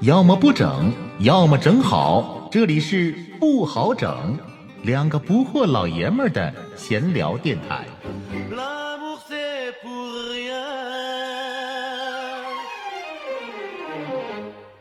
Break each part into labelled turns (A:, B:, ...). A: 要么不整，要么整好。这里是不好整，两个不惑老爷们儿的闲聊电台。
B: L'amour c'est pour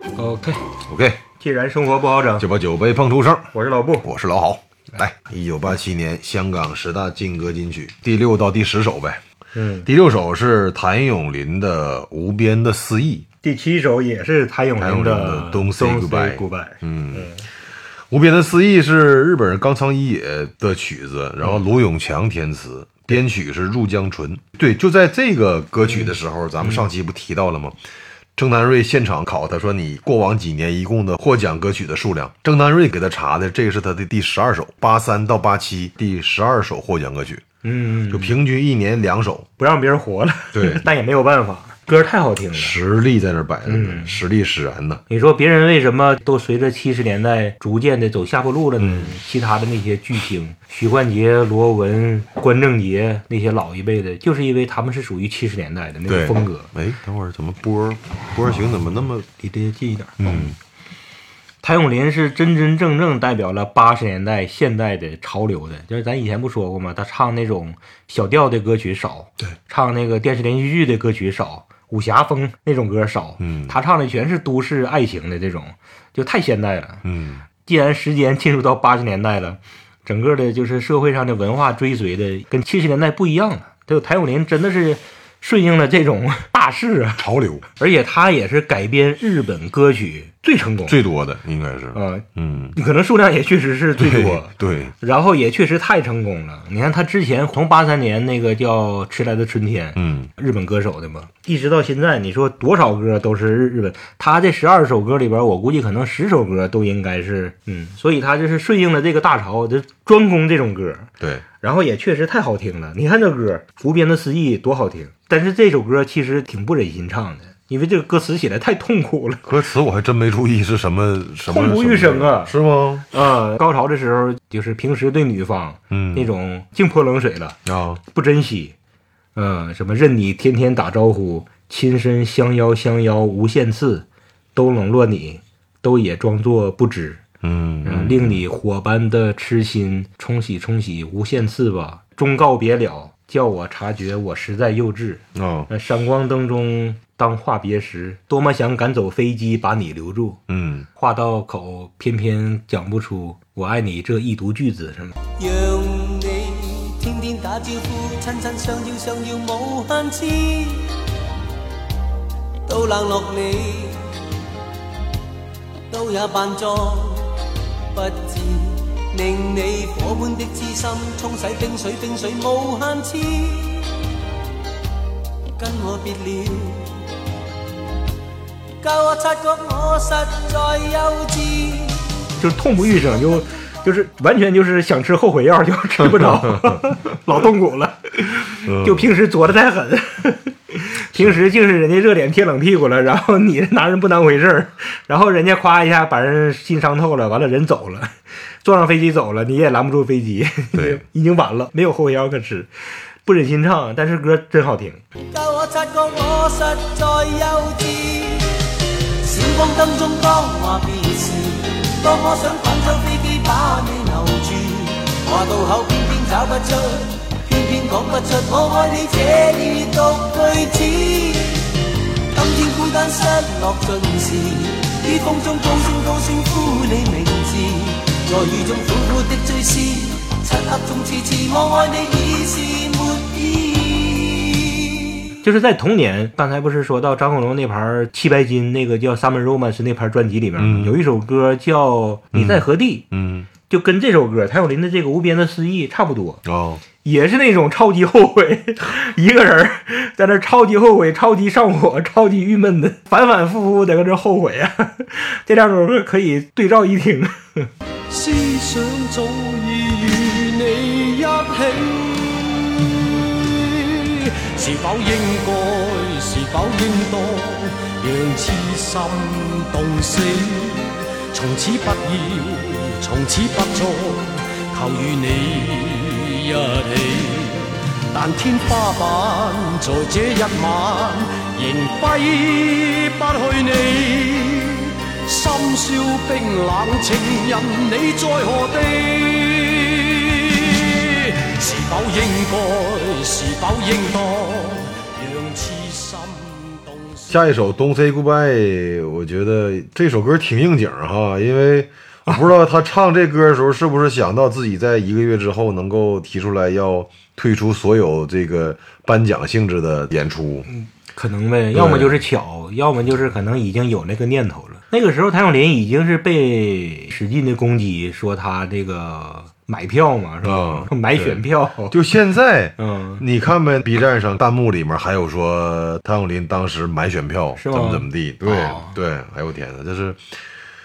B: rien.
C: OK，
D: OK，
C: 既然生活不好整，
D: 九八九杯碰出声，
C: 我是老布。
D: 我是老好。来，一九八七年香港十大劲歌金曲第六到第十首呗。
C: 嗯，
D: 第六首是谭咏麟的《无边的肆意
C: 第七首也是谭咏麟
D: 谭咏麟
C: 的
D: 的 Don't Say Goodbye
C: Goodbye》。
D: 嗯，《无边的肆意》是日本人冈仓一野的曲子，然后罗永强填词，编曲是入江纯。对，就在这个歌曲的时候，咱们上期不提到了吗？郑南瑞现场考他说：“你过往几年一共的获奖歌曲的数量？”郑南瑞给他查的，这个是他的第十二首，八三到八七第十二首获奖歌曲，
C: 嗯，
D: 就平均一年两首，
C: 不让别人活了。
D: 对
C: 但也没有办法，歌太好听了。
D: 实力在那摆着呢，实力使然呢。
C: 你说别人为什么都随着七十年代逐渐的走下坡路了呢？其他的那些巨星，许冠杰、罗文、关正杰那些老一辈的，就是因为他们是属于七十年代的那
D: 对，
C: 个风格。。
D: 哎，等会儿怎么波波形怎么那么
C: 离得近一点。
D: 嗯？
C: 谭咏麟是真真正正代表了八十年代现代的潮流的，就是咱以前不说过吗？他唱那种小调的歌曲少，
D: 对，
C: 唱那个电视连续剧的歌曲少，武侠风那种歌少，
D: 嗯
C: 他唱的全是都市爱情的这种，就太现代了。
D: 嗯，
C: 既然时间进入到八十年代了，整个的就是社会上的文化追随的跟七十年代不一样了。这个谭咏麟真的是顺应了这种 大势啊，
D: 潮流
C: 而且他也是改编日本歌曲最成功，
D: 最多的应该是，
C: 啊、
D: 嗯，
C: 可能数量也确实是最
D: 对
C: 多，
D: 对，
C: 然后也确实太成功了。你看他之前从八三年那个叫《迟来的春天》，
D: 嗯，
C: 日本歌手的嘛，一直到现在，你说多少歌都是日日本。他这十二首歌里边，我估计可能十首歌都应该是，嗯，所以他就是顺应了这个大潮，就专攻这种歌。
D: 对，
C: 然后也确实太好听了。你看这歌《无边的思忆》多好听，但是这首歌其实挺不忍心唱的，因为这个歌词写的太痛苦了。
D: 歌词我还真没注意是什么什么，
C: 痛不欲生啊
D: 什么是
C: 啊、高潮的时候就是平时对女方，
D: 嗯
C: 那种净泼冷水了，
D: 吗？啊，
C: 不珍惜，嗯，什么任你天天打招呼，亲身相邀相邀无限次，都冷落你，都也装作不知，
D: 嗯
C: 嗯，令你火般的痴心冲洗冲洗无限次吧，终告别了，叫我察觉我实在幼稚。
D: 啊，
C: 那闪光灯中当话别时，多么想赶走飞机把你留住，
D: 嗯，
C: 话到口偏偏讲不出我爱你这一读句子，是吗？
E: 让你天天打招呼，亲亲相邀相邀无限次，都冷落你，都也扮作不知，令你火般的痴心冲洗冰水，冰水无限次，跟我别了，教我察觉我实在幼稚。
C: 就是痛不欲生，就就是完全就是想吃后悔药就 吃不着，老痛苦了。就平时作的太狠， 平时净是人家热脸贴冷屁股了，然后你拿人不当回事儿，然后人家夸一下把人心伤透了，完了人走了，坐上飞机走了，你也拦不住飞机，
D: 对
C: 已经晚了，没有后悔药可吃，不忍心唱，但是歌真好听。
E: 教我察觉我实在幼稚。闪光燈中當話別時，當我想反抽飛機把你留住，話到口偏偏找不出，偏偏講不出我愛你這段獨句子。今天孤單失落盡時，於風中高聲高聲呼你名字，在雨中苦苦的追思，漆黑中次次我愛你已是沒意義。
C: 就是在同年，刚才不是说到张国荣那盘《七白金》那个叫《Summer Romance》那盘专辑里面，有一首歌叫《你在何地》，
D: 嗯，
C: 就跟这首歌谭咏麟的这个《无边的诗意》差不多，
D: 哦，
C: 也是那种超级后悔， 一个人儿在那儿超级后悔、超级上火、超级郁闷的，反反复复的搁这后悔啊。 这两首歌可以对照一听，
E: 思想早已与你一起，是否應該，是否應當，讓痴心凍死？從此不要，從此不再，求與你一起。但天花板在這一晚仍揮不去你。
F: 深宵冰冷，情人你在何地？是否應該？是否應當？讓痴心動心。
D: 下一首《Don't Say Goodbye》，我觉得这首歌挺应景儿哈，因为我不知道他唱这歌的时候是不是想到自己在一个月之后能够提出来要退出所有这个颁奖性质的演出。
C: 可能呗，要么就是巧，要么就是可能已经有那个念头了。那个时候，谭咏麟已经是被使劲的攻击，说他这个买票嘛，是吧？
D: 嗯
C: 买选票，
D: 就现在，
C: 嗯
D: 你看呗，B 站上弹幕里面还有说谭咏麟当时买选票，
C: 是
D: 怎
C: 吗
D: 么怎么地，对、
C: 哦
D: 对，哎呦我天呐，这是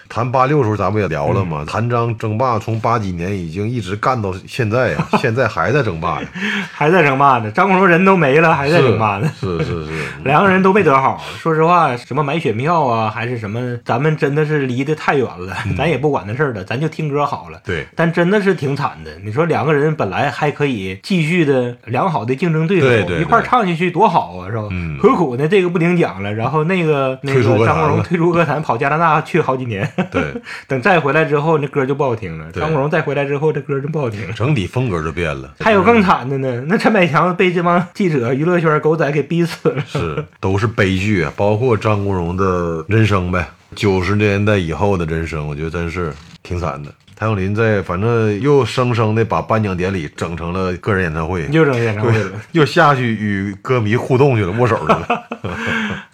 D: 谈八六时候咱们也聊了
C: 嗯
D: 嘛，谭张争霸从八几年已经一直干到现在 呀、现在还在争霸呀，
C: 还在争霸呢。张国荣人都没了，还在争霸呢。
D: 是是是， 嗯
C: 两个人都没得好，说实话，什么买选票啊，还是什么，咱们真的是离得太远了，咱也不管那事儿了，咱就听歌好了。
D: 对
C: 但真的是挺惨的。你说两个人本来还可以继续的良好的竞争对手，
D: 对对
C: 一块儿唱下去多好啊，是吧？
D: 嗯
C: 何苦呢？这个不领奖了，然后那个那
D: 退出
C: 个
D: 歌坛
C: 张国荣
D: 了
C: 退出歌坛，跑加拿大去好几年，
D: 对，
C: 等再回来之后，那歌就不好听了。
D: 对
C: 张国荣再回来之后，这歌就不好听了。
D: 整体风格就变了。
C: 还有更惨的呢，那陈百强被这帮记者、娱乐圈狗仔给逼死了。
D: 是都是悲剧啊，包括张国荣的人生呗，九十年代以后的人生，我觉得真是挺惨的。谭咏麟在反正又生生的把颁奖典礼整成了个人演唱会，
C: 又整演唱会了
D: 对，又下去与歌迷互动去了，握手 去了，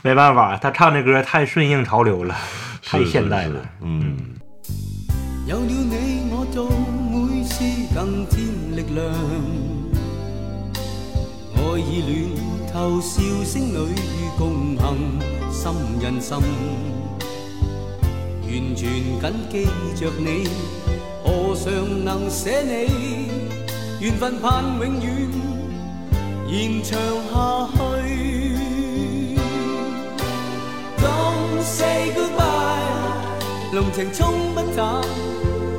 C: 没办法，他唱这歌太顺应潮流了，太
D: 是
C: 现代
D: 是是
C: 了。
D: 嗯，
E: 有了你，我做每事更添力量。愛已暖透笑聲裏與共行，心印心，完全緊記着你，何嘗能捨你？緣分盼永遠延長下去。Don't say goodbye。lòng tình chung bất tán,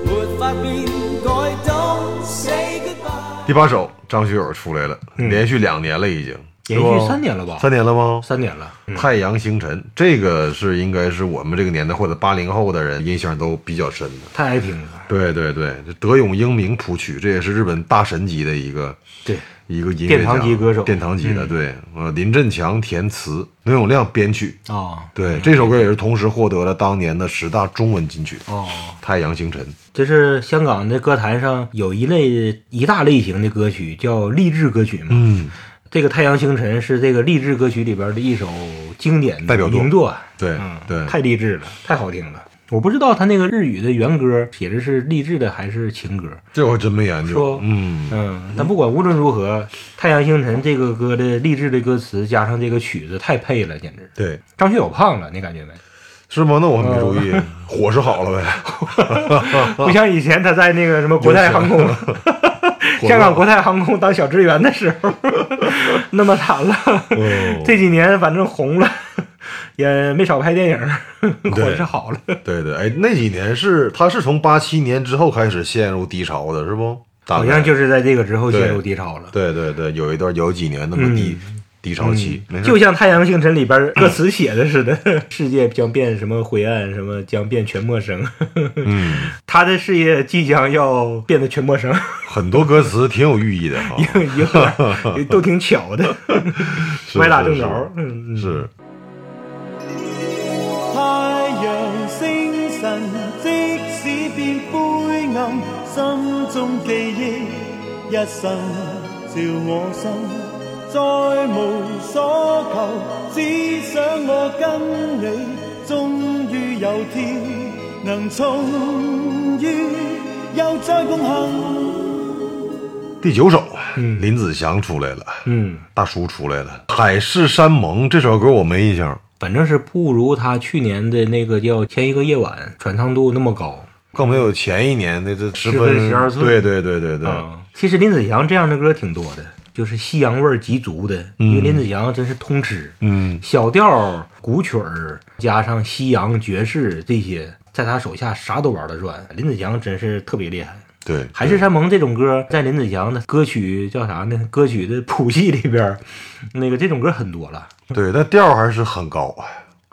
E: một phát biến gọi don't say goodbye.
D: 第八首张学友出来了，连续两年了已经，
C: 嗯连
D: 是
C: 续
D: 不
C: 三年了吧？
D: 三年了吗？
C: 三年了。嗯
D: 太阳星辰，这个是应该是我们这个年代或者八零后的人印象都比较深的。
C: 太爱听了。
D: 对对对，这德永英明谱曲，这也是日本大神级的一个
C: 对，
D: 一个音乐
C: 殿堂
D: 家
C: 级歌手嗯
D: 殿堂级的，对，呃，林振强填词，刘永亮编曲，
C: 哦
D: 对，这首歌也是同时获得了当年的十大中文金曲《
C: 哦，
D: 太阳星辰》。
C: 这是香港的歌坛上有一类一大类型的歌曲叫励志歌曲嘛。
D: 嗯，
C: 这个《太阳星辰》是这个励志歌曲里边的一首经典的
D: 代表作
C: 名作。
D: 对
C: 嗯，
D: 对，
C: 太励志了，太好听了。我不知道他那个日语的原歌写的是励志的还是情歌。
D: 这我还真没研究
C: 说。
D: 嗯，
C: 嗯，但不管无论如何，《太阳星辰》这个歌的励志的歌词加上这个曲子太配了，简直。
D: 对，
C: 张学友胖了，你感觉没？
D: 是吗？那我还没注
C: 哦
D: 意，伙食好 了呗。
C: 不像以前他在那个什么国泰航空、 香港国泰航空当小职员的时 候那么惨了。
D: 哦
C: 这几年反正红了，也没少拍电影，
D: 对
C: 伙食好了。
D: 对对，哎，那几年是他是从八七年之后开始陷入低潮的，是不？大
C: 好
D: 概
C: 像就是在这个之后
D: 对
C: 陷入低潮了。
D: 对对对，有一段有几年那么低、低潮期，没事
C: 嗯就像《太阳星辰》里边 歌词写的似的，世界将变什么灰暗，什么将变全陌生。
D: 嗯，
C: 他的事业即将要变得全陌生，
D: 很多歌词挺有寓意的哈。
C: 一会儿都挺巧的，
D: 是
C: 歪打正着。
D: 是
C: 嗯，嗯
D: 是，
B: 太陽星辰，即使變灰暗，心中記憶一生照我心，再無所求，只想我跟你，終於有天能重遇，又再共行。
D: 第九首，啊林子祥出来了，
C: 嗯，
D: 大叔出来了，《海誓山盟》这首歌我没印象，
C: 反正是不如他去年的那个叫《前一个夜晚》传唱度那么高。
D: 更没有前一年那这十
C: 十分十二寸
D: 对对对对对，
C: 啊，其实林子祥这样的歌挺多的，就是西洋味儿极足的，因为林子祥真是通吃。
D: 嗯，
C: 小调儿、古曲儿加上西洋爵士这些，在他手下啥都玩得转。林子祥真是特别厉害。
D: 对，
C: 海誓山盟这种歌，在林子祥的歌曲叫啥呢？歌曲的谱系里边儿，那个这种歌很多了。
D: 对，但调儿还是很高，啊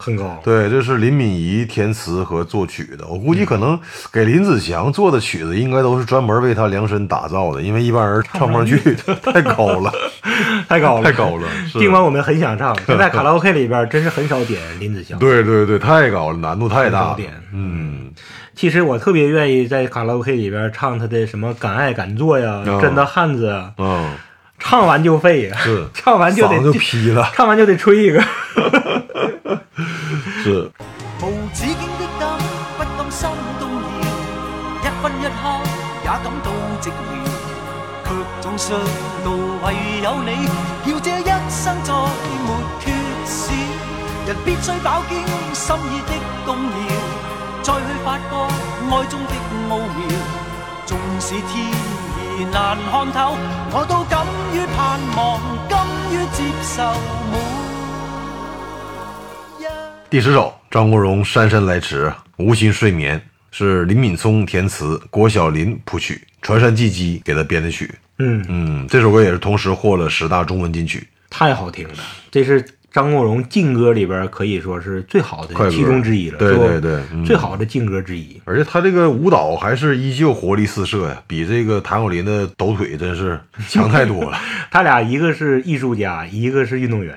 C: 很高。
D: 对，这是林敏怡填词和作曲的。我估
C: 嗯
D: 计可能给林子祥做的曲子，应该都是专门为他量身打造的，因为一般人唱不上去， 太高了，
C: 太高了，
D: 太高了。是
C: 尽管我们很想 唱，但在卡拉 OK 里边真是很少点林子祥。
D: 对对对，太高了，难度太大
C: 高
D: 了
C: 点。
D: 嗯，
C: 其实我特别愿意在卡拉 OK 里边唱他的什么《敢爱敢做》呀，
D: 嗯
C: 真的汉子》啊，
D: 嗯，
C: 唱完就废呀，
D: 是
C: 唱完就
D: 嗓
C: 得
D: 子就啊劈了，
C: 唱完就得吹一个。
D: 是
F: 無止境的燈，不禁心動搖。一分一刻也感到寂寥，卻總説到唯有你，要這一生再沒缺少。人必須飽經心意的動搖，再去發覺愛中的奧妙。縱使天意難看透，我都敢於盼望，甘於接受每一。
D: 第十首，张国荣《姗姗来迟》，无心睡眠，是林敏聪填词，郭晓林谱曲，船山纪基给他编的曲。
C: 嗯，
D: 嗯，这首歌也是同时获了十大中文金曲。
C: 太好听了，这是张国荣劲歌里边可以说是最好
D: 快
C: 的
D: 歌
C: 其中之一了。
D: 对
C: 说
D: 对对嗯
C: 最好的劲歌之一。
D: 而且他这个舞蹈还是依旧活力四射呀，比这个谭咏麟的抖腿真是强太多了。
C: 他俩一个是艺术家，一个是运动员，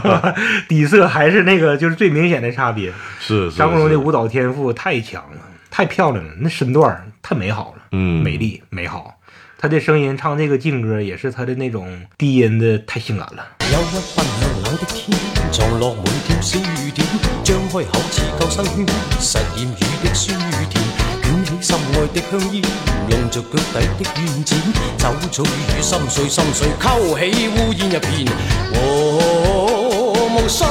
C: 底色还是那个就是最明显的差别。
D: 是是
C: 张国荣的
D: 是
C: 舞蹈天赋太强了，太漂亮了，那身段儿太美好了，
D: 嗯
C: 美丽美好。他的声音唱这个劲歌，也是他的那种低音的太性感了。
E: 有一份向往的天，藏落每天小雨点，张开口似救生圈，实验雨的酸与甜，卷起心愛的香煙，用着腳底的怨剪，走草與雨心碎心碎，勾起烏煙一片。我無心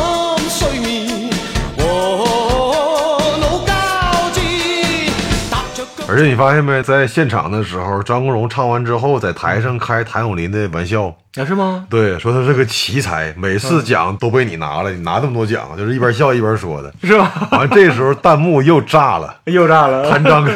E: 睡眠，我腦交戰，踏着腳。
D: 而且你发现没，在现场的时候，张国荣唱完之后，在台上开谭咏麟的玩笑，
C: 啊，是吗？
D: 对，说他是个奇才，每次奖都被你拿了，你拿那么多奖，啊就是一边笑一边说的。
C: 是吧？
D: 完，这时候弹幕又炸了，
C: 又炸了，
D: 潘张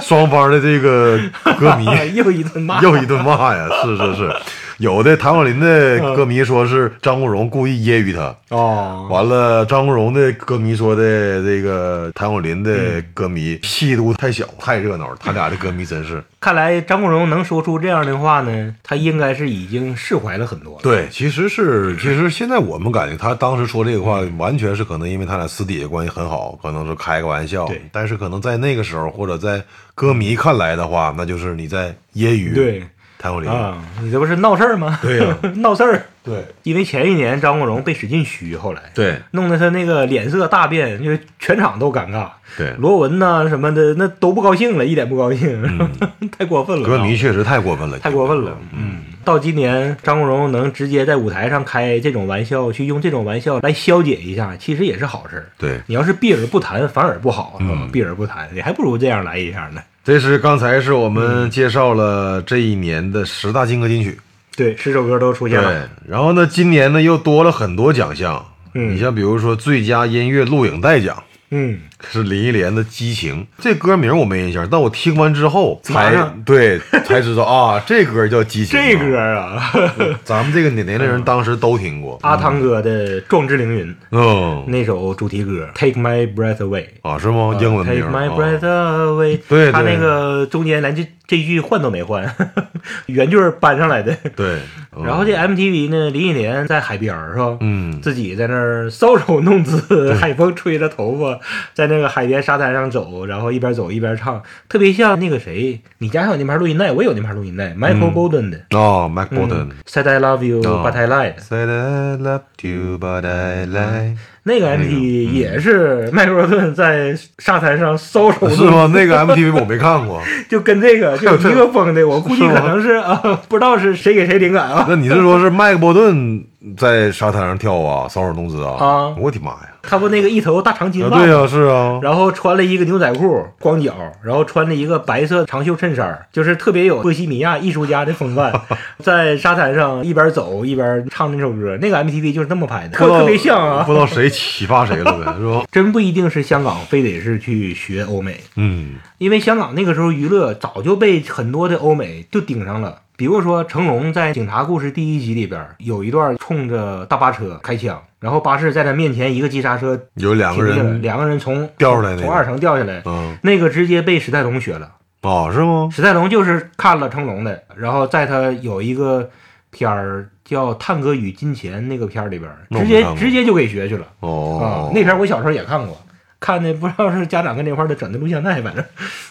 D: 双方的这个歌迷
C: 又一顿骂，
D: 又一顿骂呀，是是是，有的谭咏麟的歌迷说是张国荣故意揶揄他，
C: 哦，
D: 完了张国荣的歌迷说的这个谭咏麟的歌迷气度太小，太热闹了，他俩的歌迷真是
C: 看来张国荣能说出这样的话呢，他应该是已经释怀了很多了。
D: 对，其实是其实现在我们感觉他当时说这个话，
C: 嗯
D: 完全是可能因为他俩私底下关系很好，可能是开个玩笑
C: 对，
D: 但是可能在那个时候或者在歌迷看来的话，那就是你在揶揄
C: 对
D: 谭咏麟，
C: 啊，你这不是闹事儿吗？
D: 对呀
C: 闹事儿。
D: 对
C: 因为前一年张国荣被使劲虚，后来
D: 对
C: 弄得他那个脸色大变，就是全场都尴尬。
D: 对
C: 罗文呐、什么的，那都不高兴了，一点不高兴， 太过分了。
D: 嗯歌迷确实太过分了，
C: 太过分了。嗯，到今年张国荣能直接在舞台上开这种玩笑，去用这种玩笑来消解一下，其实也是好事儿。
D: 对
C: 你要是避而不谈，反而不好。
D: 嗯
C: 避而不谈，你还不如这样来一下呢。
D: 这是刚才是我们介绍了这一年的十大金歌金曲，
C: 对，十首歌都出现了。，
D: 然后呢，今年呢又多了很多奖项，
C: 嗯
D: 你像比如说最佳音乐录影带奖
C: 嗯，
D: 是林忆莲的《激情》，这歌名我没印象，但我听完之后
C: 马
D: 才
C: 上
D: 对才知道啊， 这歌叫《激情》，
C: 这歌啊，
D: 咱们这个年龄的人当时都听过，
C: 阿汤哥的《壮志凌云》
D: 嗯
C: 那首主题歌《Take My Breath Away》。
D: 啊是吗？英文名
C: 呃 Take my
D: 啊
C: breath away，、
D: 对
C: 他
D: 对
C: 那个中间连这这句换都没换， 原句儿搬上来的。
D: 对，嗯
C: 然后这 MTV 呢，林忆莲在海边儿是吧？
D: 嗯
C: 自己在那儿搔首弄姿，海风吹着头发，在那个海边沙滩上走，然后一边走一边唱，特别像那个谁，你家还有那盘录音带，我有那盘录音带，Michael
D: 嗯
C: Bolton 的。
D: 啊 m a c b o l t o
C: 嗯
D: n
C: ，Said I love you,
D: 哦
C: but I lied。
D: Said I loved you, but I lied。
C: 那个
D: 哎嗯
C: MTV 也是迈克尔顿在沙滩上搔首弄
D: 是
C: 姿
D: 吗？那个 MTV 我没 看过。
C: 就跟这 个就一个风的，我估计可能是啊，不知道是谁给谁灵感啊。
D: 那你是说是麦克伯顿在沙滩上跳啊，搔首弄姿啊？
C: 啊
D: 我的妈呀！
C: 他不那个一头大长
D: 啊，
C: 金发，
D: 对呀、是啊，
C: 然后穿了一个牛仔裤，光脚，然后穿了一个白色长袖衬衫儿，就是特别有波西米亚艺术家的风 范，在沙滩上一边走一边唱那首歌。那个 MTV 就是那么拍的，
D: 不
C: 特
D: 知道
C: 特别像啊
D: 不。知道谁启发谁了呗，是吧？
C: 真不一定是香港，非得是去学欧美，
D: 嗯，
C: 因为香港那个时候娱乐早就被很多的欧美就盯上了。比如说成龙在《警察故事》第一集里边有一段冲着大巴车开枪，然后巴士在他面前一个急刹车，
D: 有两个
C: 停下来
D: 人嗯
C: 两个人从
D: 掉下来那个
C: 从二层掉下来，
D: 嗯
C: 那个直接被史泰龙学了。
D: 哦，是吗？
C: 史泰龙就是看了成龙的，然后在他有一个片儿叫《探戈与金钱》那个片儿里边，
D: 那我
C: 直
D: 没
C: 接
D: 看过
C: 直接就给学去了啊
D: 哦，。
C: 那片儿我小时候也看过，看的不知道是家长跟那块儿的整的录像带，反正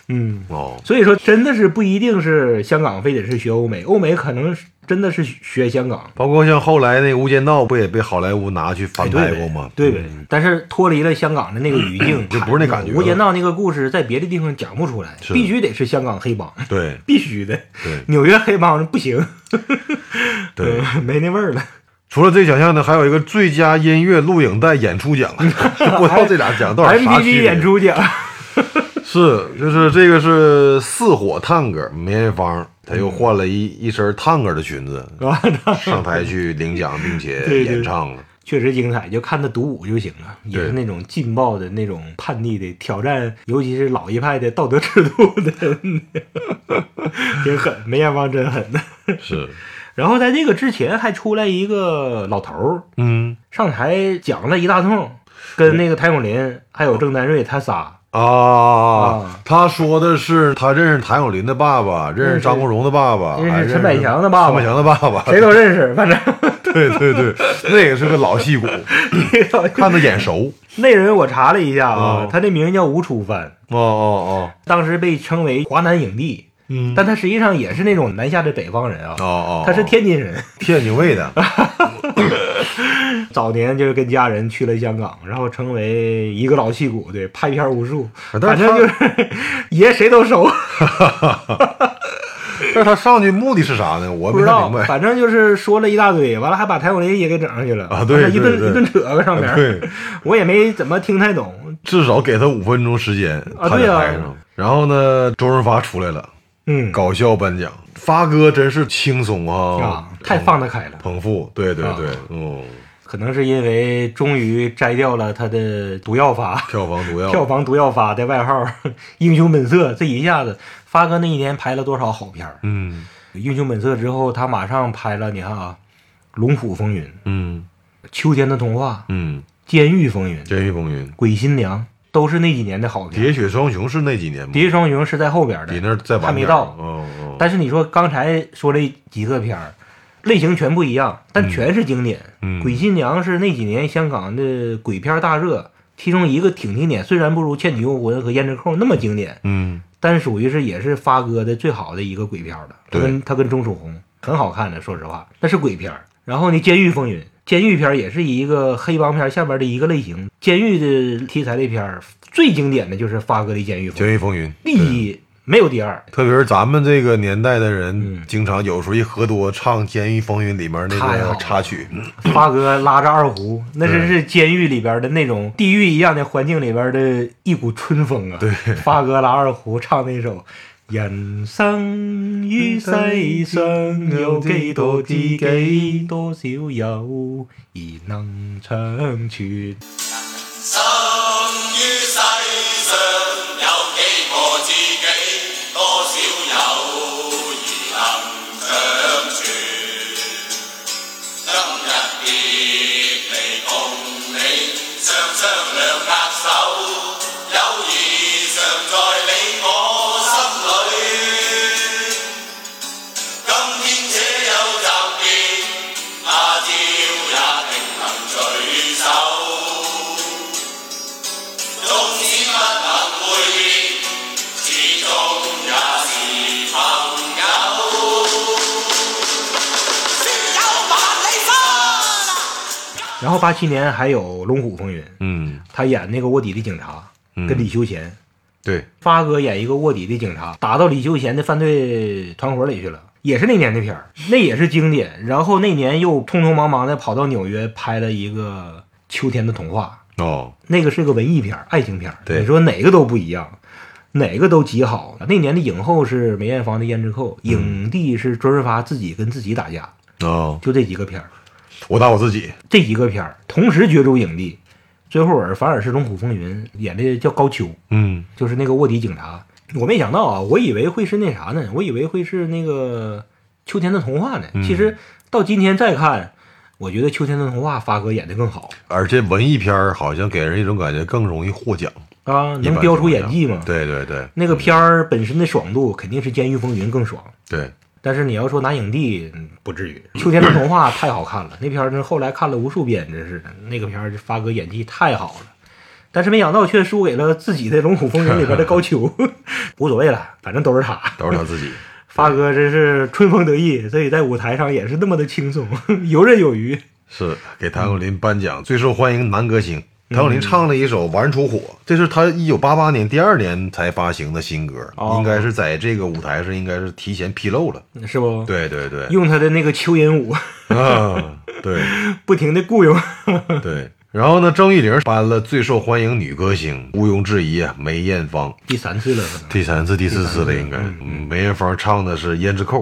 C: 嗯。
D: 哦，
C: 所以说，真的是不一定是香港非得是学欧美，欧美可能是真的是学香港。
D: 包括像后来那个《无间道》不也被好莱坞拿去翻拍过吗？
C: 哎
D: 嗯
C: 对呗，但是脱离了香港的那个语境，
D: 就不是那感觉了
C: 无间道那个故事在别的地方讲不出来，
D: 是
C: 必须得是香港黑帮，
D: 对
C: 必须的。
D: 对
C: 纽约黑帮不行，
D: 对。
C: 嗯没那味儿了。
D: 除了这奖项呢，还有一个最佳音乐录影带演出 奖，不知道这俩奖到底是啥
C: m
D: 区
C: p
D: 别
C: g 演出啊奖，
D: 是，就是这个是四火探戈梅艳芳，她又换了一一身探戈的裙子，上台去领奖并且
C: 嗯 对对
D: 演唱了。
C: 确实精彩，就看他独舞就行了，也是
D: 对
C: 那种劲爆的那种叛逆的挑战，尤其是老一派的道德制度的， 挺狠，梅艳芳真狠的。
D: 是，
C: 然后在这个之前还出来一个老头儿
D: 嗯
C: 上台讲了一大通，跟那个谭咏麟还有郑丹瑞他仨，
D: 啊
C: 啊，嗯
D: 他说的是他认识谭咏麟的爸爸，认识张国荣的爸爸，
C: 认识
D: 还
C: 陈百强的爸爸
D: 陈百强的爸爸，
C: 谁都认识，反正
D: 对对对，那个是个老戏骨， 看着眼熟。
C: 那人我查了一下啊
D: 哦，
C: 他的名叫吴楚帆，
D: 哦哦
C: 当时被称为华南影帝，
D: 嗯
C: 但他实际上也是那种南下的北方人啊
D: 哦哦，哦，
C: 他是天津人。
D: 天津 卫的，
C: 早年就是跟家人去了香港，然后成为一个老戏骨，对，拍片无数，
D: 啊
C: 反
D: 但是
C: 正就是 爷谁都熟，
D: 但是他上去目的是啥呢？ 我
C: 不
D: 没
C: 知
D: 太
C: 道
D: 明，白。
C: 反正就是说了一大堆，完了还把谭咏麟也给整上去了
D: 啊对
C: 完了一顿
D: 对对啊
C: 一顿扯个上面，
D: 对，
C: 我也没怎么听太懂，
D: 至少给他五分钟时间，
C: 啊
D: 他
C: 对
D: 在
C: 啊
D: 台上。然后呢，周润发出来了，
C: 嗯，
D: 搞笑颁奖，发哥真是轻松啊
C: 啊，，太放得开了，
D: 捧腹，对对对
C: 啊，
D: 嗯，
C: 可能是因为终于摘掉了他的毒药阀。
D: 票房 毒药，
C: 票房毒药阀的外号“ 英雄本色”，这一下子，发哥那一年拍了多少好片儿？
D: 嗯
C: 《英雄本色》之后，他马上拍了，你看啊，《龙虎风云》《
D: 嗯
C: 秋天的童话》《
D: 嗯，
C: 监狱风云》《
D: 《监狱风云》《
C: 鬼新娘》，都是那几年的好片。
D: 喋血双雄》是那几年吗？
C: 喋血双雄是在后边的，
D: 比那再晚
C: 还没
D: 点
C: 到。
D: 哦哦，
C: 但是你说刚才说这几个片儿，类型全不一样，但全是经典。
D: 嗯
C: 鬼新娘是那几年香港的鬼片大热，其中一个挺经典，虽然不如《倩女幽魂》和《胭脂扣》那么经典，
D: 嗯，
C: 但属于是也是发哥的最好的一个鬼片了。他
D: 对
C: 跟他跟钟楚红很好看的，说实话，那是鬼片儿。然后呢，《监狱风云》监狱片儿也是一个黑帮片儿下边的一个类型，监狱的题材类片儿最经典的就是发哥的《监狱
D: 《
C: 风
D: 监
C: 云》，
D: 狱风云》
C: 第一没有第二。
D: 特别是咱们这个年代的人，经常有时候一喝多唱《监狱风云》里面那
C: 嗯太好
D: 个
C: 了
D: 插曲，嗯
C: 发哥拉着二胡，那真是监狱里边的那种地狱一样的环境里边的一股春风啊！对，发哥拉二胡唱那首。人生于世上有幾多知己，多少友誼能長存。
G: 生於世上有幾個知己，多少友誼能長存。今日別離共你雙雙兩握手，友誼常在你我心裏。今天且有暫別，他朝也定能聚首。縱使不能會面，始終也是朋友。先有萬里山。
C: 然后八七年还有《龙虎風雲》，
D: 嗯，
C: 他演那个卧底的警察，跟李修贤。
D: 对，
C: 发哥演一个卧底的警察，打到李修贤的犯罪团伙里去了，也是那年的片儿，那也是经典。然后那年又匆匆忙忙的跑到纽约拍了一个《秋天的童话》，
D: 哦，
C: 那个是个文艺片儿、爱情片儿。
D: 对
C: 你说哪个都不一样，哪个都极好。那年的影后是梅艳芳的《胭脂扣》，影帝是周润发自己跟自己打架，
D: 哦，
C: 就这几个片儿，
D: 我打我自己，
C: 这几个片儿同时角逐影帝，最后尔反而是《龙虎风云》演的叫高俅。
D: 嗯，
C: 就是那个卧底警察。我没想到啊，我以为会是那啥呢？我以为会是那个秋天的童话》呢。其实到今天再看，我觉得《秋天的童话》发哥演的更好
D: 而且文艺片儿好像给人一种感觉更容易获奖，
C: 啊，
D: 一
C: 能
D: 般
C: 飙出
D: 情况
C: 演
D: 下
C: 技嘛？，
D: 对对对，嗯
C: 那个片儿本身的爽度肯定是《监狱风云》更爽，
D: 对，
C: 但是你要说拿影帝，嗯不至于。《秋天的童话》太好看了，那片儿真后来看了无数遍，真是的。那个片儿发哥演技太好了，但是没想到却输给了自己的《龙虎风云》里边的高俅， 无所谓了，反正都是他。
D: 都是他自己。
C: 发哥真是春风得意，所以在舞台上也是那么的轻松， 游刃有余。
D: 是给谭咏麟颁奖最受欢迎男歌星。谭咏麟唱了一首《玩出火》，这是他一九八八年第二年才发行的新歌，
C: 哦
D: 应该是在这个舞台上应该是提前披露了。
C: 是不？，
D: 对对对，
C: 用他的那个蚯蚓舞，
D: 啊，对
C: 不停的雇佣。
D: 对。然后呢，郑裕玲颁了最受欢迎女歌星，毋庸置疑啊，梅艳芳。
C: 第三次了，可能
D: 第三次、第四次了，应该。嗯梅艳芳唱的是《胭脂扣》，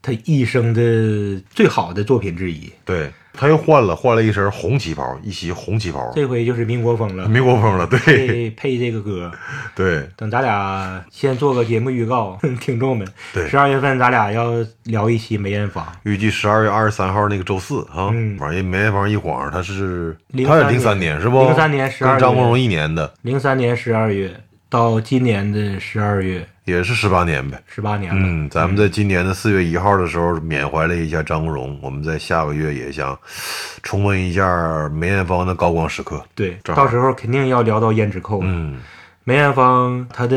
C: 他一生的最好的作品之一。
D: 对，她又换了，换了一身红旗袍，一袭红旗袍，
C: 这回就是民国风了，
D: 民国风了。对
C: 配 配这个歌。
D: 对，
C: 等咱俩先做个节目预告， 听众们，
D: 对
C: 十二月份咱俩要聊一期梅艳芳，
D: 预计十二月二十三号那个周四啊，
C: 嗯
D: 反正梅艳芳一晃，她是
C: 03
D: 她是零三年是不？
C: 03年12
D: 跟张国荣一年的，
C: 零三年十二月到今年的十二月，
D: 也是十八年呗。
C: 十八年了。
D: 嗯，咱们在今年的四月一号的时候缅怀了一下张国荣，我们在下个月也想重温一下梅艳芳的高光时刻。
C: 对，
D: 正好
C: 到时候肯定要聊到胭脂扣。
D: 嗯，
C: 梅艳芳她的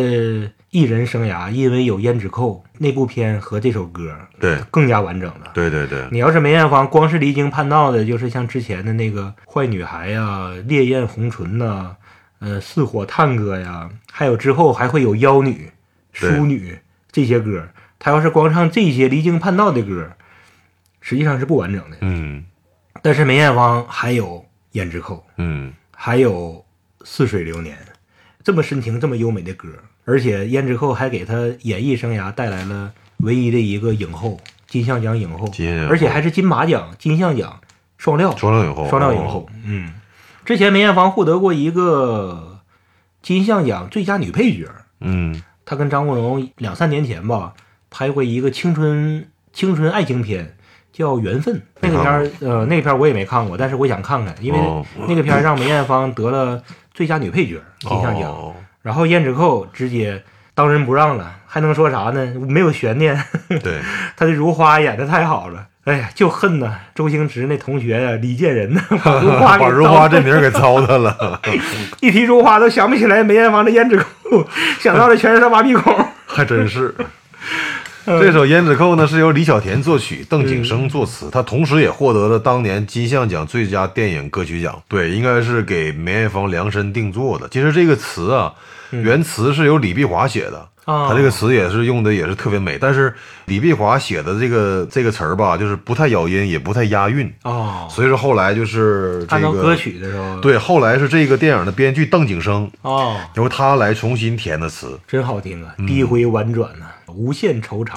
C: 艺人生涯，因为有胭脂扣那部片和这首歌，
D: 对
C: 更加完整了。
D: 对对对，
C: 你要是梅艳芳，光是离经叛道的，就是像之前的那个坏女孩呀、烈焰红唇呐、呃，似火探戈呀，还有之后还会有妖女、
D: 对
C: 淑女这些歌，她要是光唱这些离经叛道的歌，实际上是不完整的。
D: 嗯
C: 但是梅艳芳还有胭脂扣，
D: 嗯，
C: 还有似水流年，这么深情、这么优美的歌，而且胭脂扣还给她演艺生涯带来了唯一的一个影后，金像奖影后，
D: 金像奖
C: 而且还是金马奖、金像奖双料，
D: 双料影后，
C: 双料影后。嗯，之前梅艳芳获得过一个金像奖最佳女配角，
D: 嗯，
C: 她跟张国荣两三年前吧拍过一个青春青春爱情片。叫缘分那个片儿，呃，那个片儿我也没看过，但是我想看看，因为
D: 哦
C: 那个片儿让梅艳芳得了最佳女配角金像奖，
D: 哦
C: 然后胭脂扣直接当仁不让了，还能说啥呢？没有悬念，
D: 对，
C: 她的如花演的太好了，哎呀，就恨呐，周星驰那同学呀、李建仁呐，把如花给
D: 把如
C: 糟
D: 花
C: 蹋
D: 这名儿 给糟蹋了。
C: 一提如花都想不起来梅艳芳的胭脂 扣，想到的全是她挖鼻孔。
D: 还真是。这首《胭脂扣》呢，是由李小田作曲，邓景生作词，他同时也获得了当年金像奖最佳电影歌曲奖。对，应该是给梅艳芳量身定做的。其实这个词啊，原词是由李碧华写
C: 嗯
D: 的，
C: 哦
D: 他这个词也是用的也是特别美。但是李碧华写的这个这个词儿吧，就是不太咬音，也不太押韵，
C: 哦，
D: 所以说后来就是这
C: 按照
D: 个
C: 歌曲的时候，，
D: 对，后来是这个电影的编剧邓景生
C: 哦，
D: 由他来重新填的词。
C: 真好听
D: 嗯
C: 啊，低回婉转呐、无限惆怅。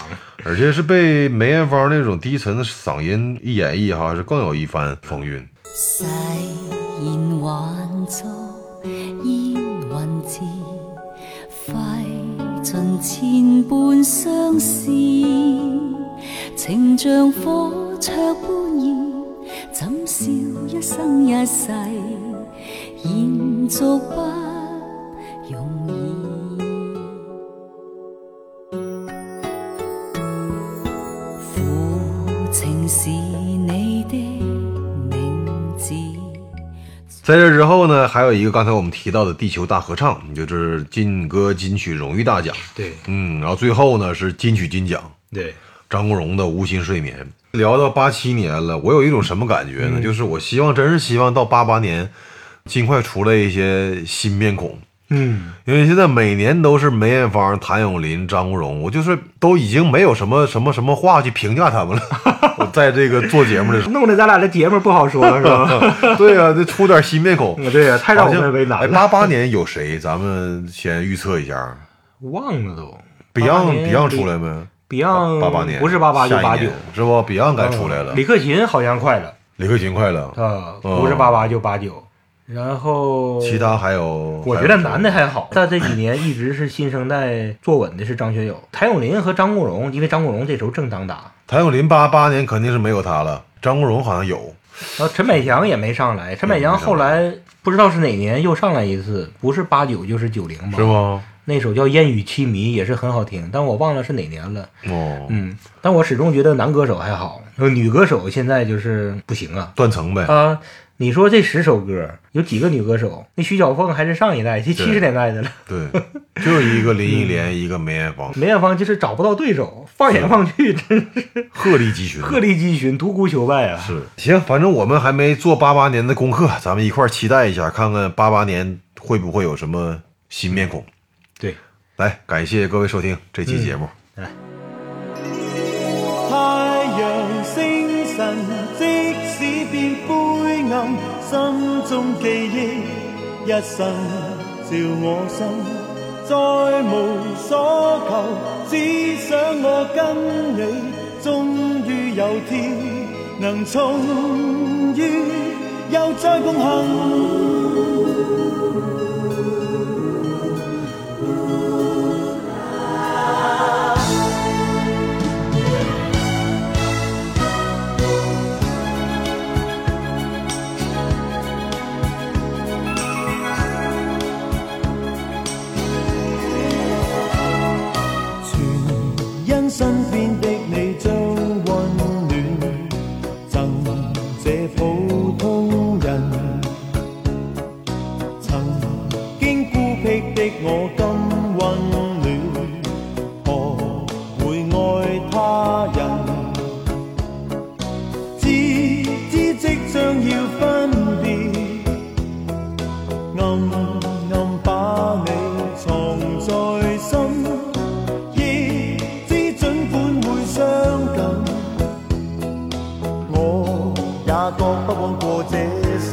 D: 而且是被梅艳芳那种低沉的嗓音一演绎，哈，是更有一番风韵。
H: 誓言还俗，烟云字，费尽千般相思，情像火灼般燃，怎笑一生一世，延续不容易。苦情是你的名字。
D: 在这之后呢，还有一个刚才我们提到的《地球大合唱》，就是劲歌金曲荣誉大奖。
C: 对
D: 嗯，然后最后呢是金曲金奖，
C: 对，
D: 张国荣的《无心睡眠》。聊到八七年了，我有一种什么感觉呢？就是我希望，真是希望到八八年，尽快出来一些新面孔。
C: 嗯，
D: 因为现在每年都是梅艳芳、谭咏麟、张国荣，我就是都已经没有什么什么什么话去评 价他们了。我在这个做节目的时
C: 弄得咱俩这节目不好说了，是 吧？
D: 候，对啊，得出点新 面孔，哎
C: 嗯对呀、太让我们为难了。
D: 八八年有谁？咱们先预测一下
C: 忘了都。
D: ，Beyond
C: 88
D: Beyond 出来没？
C: ，Beyond
D: 八八年
C: 不是八八就
D: 下一
C: 八九嗯
D: 年，是不？Beyond 该出来了
C: 李，克勤好像快了
D: 李克勤快乐，
C: 啊，
D: 哦
C: 不是八八就八九。然后
D: 其他还有，
C: 我觉得男的还好，但这几年一直是新生代坐稳的是张学友、谭咏麟和张国荣，因为张国荣这时候正当打，
D: 谭咏麟八八年肯定是没有他了，张国荣好像有，
C: 然后陈百强也没上来，陈百强后来不知道是哪年又上来一次，不是八九就是九零吧？
D: 是？吗？
C: 那首叫《烟雨凄迷》也是很好听，但我忘了是哪年了。
D: 哦，
C: 嗯，但我始终觉得男歌手还好，然后女歌手现在就是不行啊。
D: 断层呗，
C: 啊，你说这十首歌有几个女歌手？那徐小凤还是上一代，这七十年代的了。
D: 对，就一个林忆
C: 嗯
D: 莲，一个梅艳芳，
C: 梅艳芳就是找不到对手，放眼望去，真是
D: 鹤立鸡群，
C: 鹤立鸡群，独孤求败啊！
D: 是行，反正我们还没做八八年的功课，咱们一块儿期待一下，看看八八年会不会有什么新面孔。
C: 对，
D: 来，感谢各位收听这期节目，
F: 太陽星辰，即使變灰暗，心中記憶一生照我心，再無所求，只想我跟你，終於有天能重遇，又再共行。因身邊的你將温暖贈這普通人。曾經孤僻的我今温暖，何會愛他人？自知即將要分別。暗暗把你藏在心，亦知儘管會相近，我也覺不枉過這生。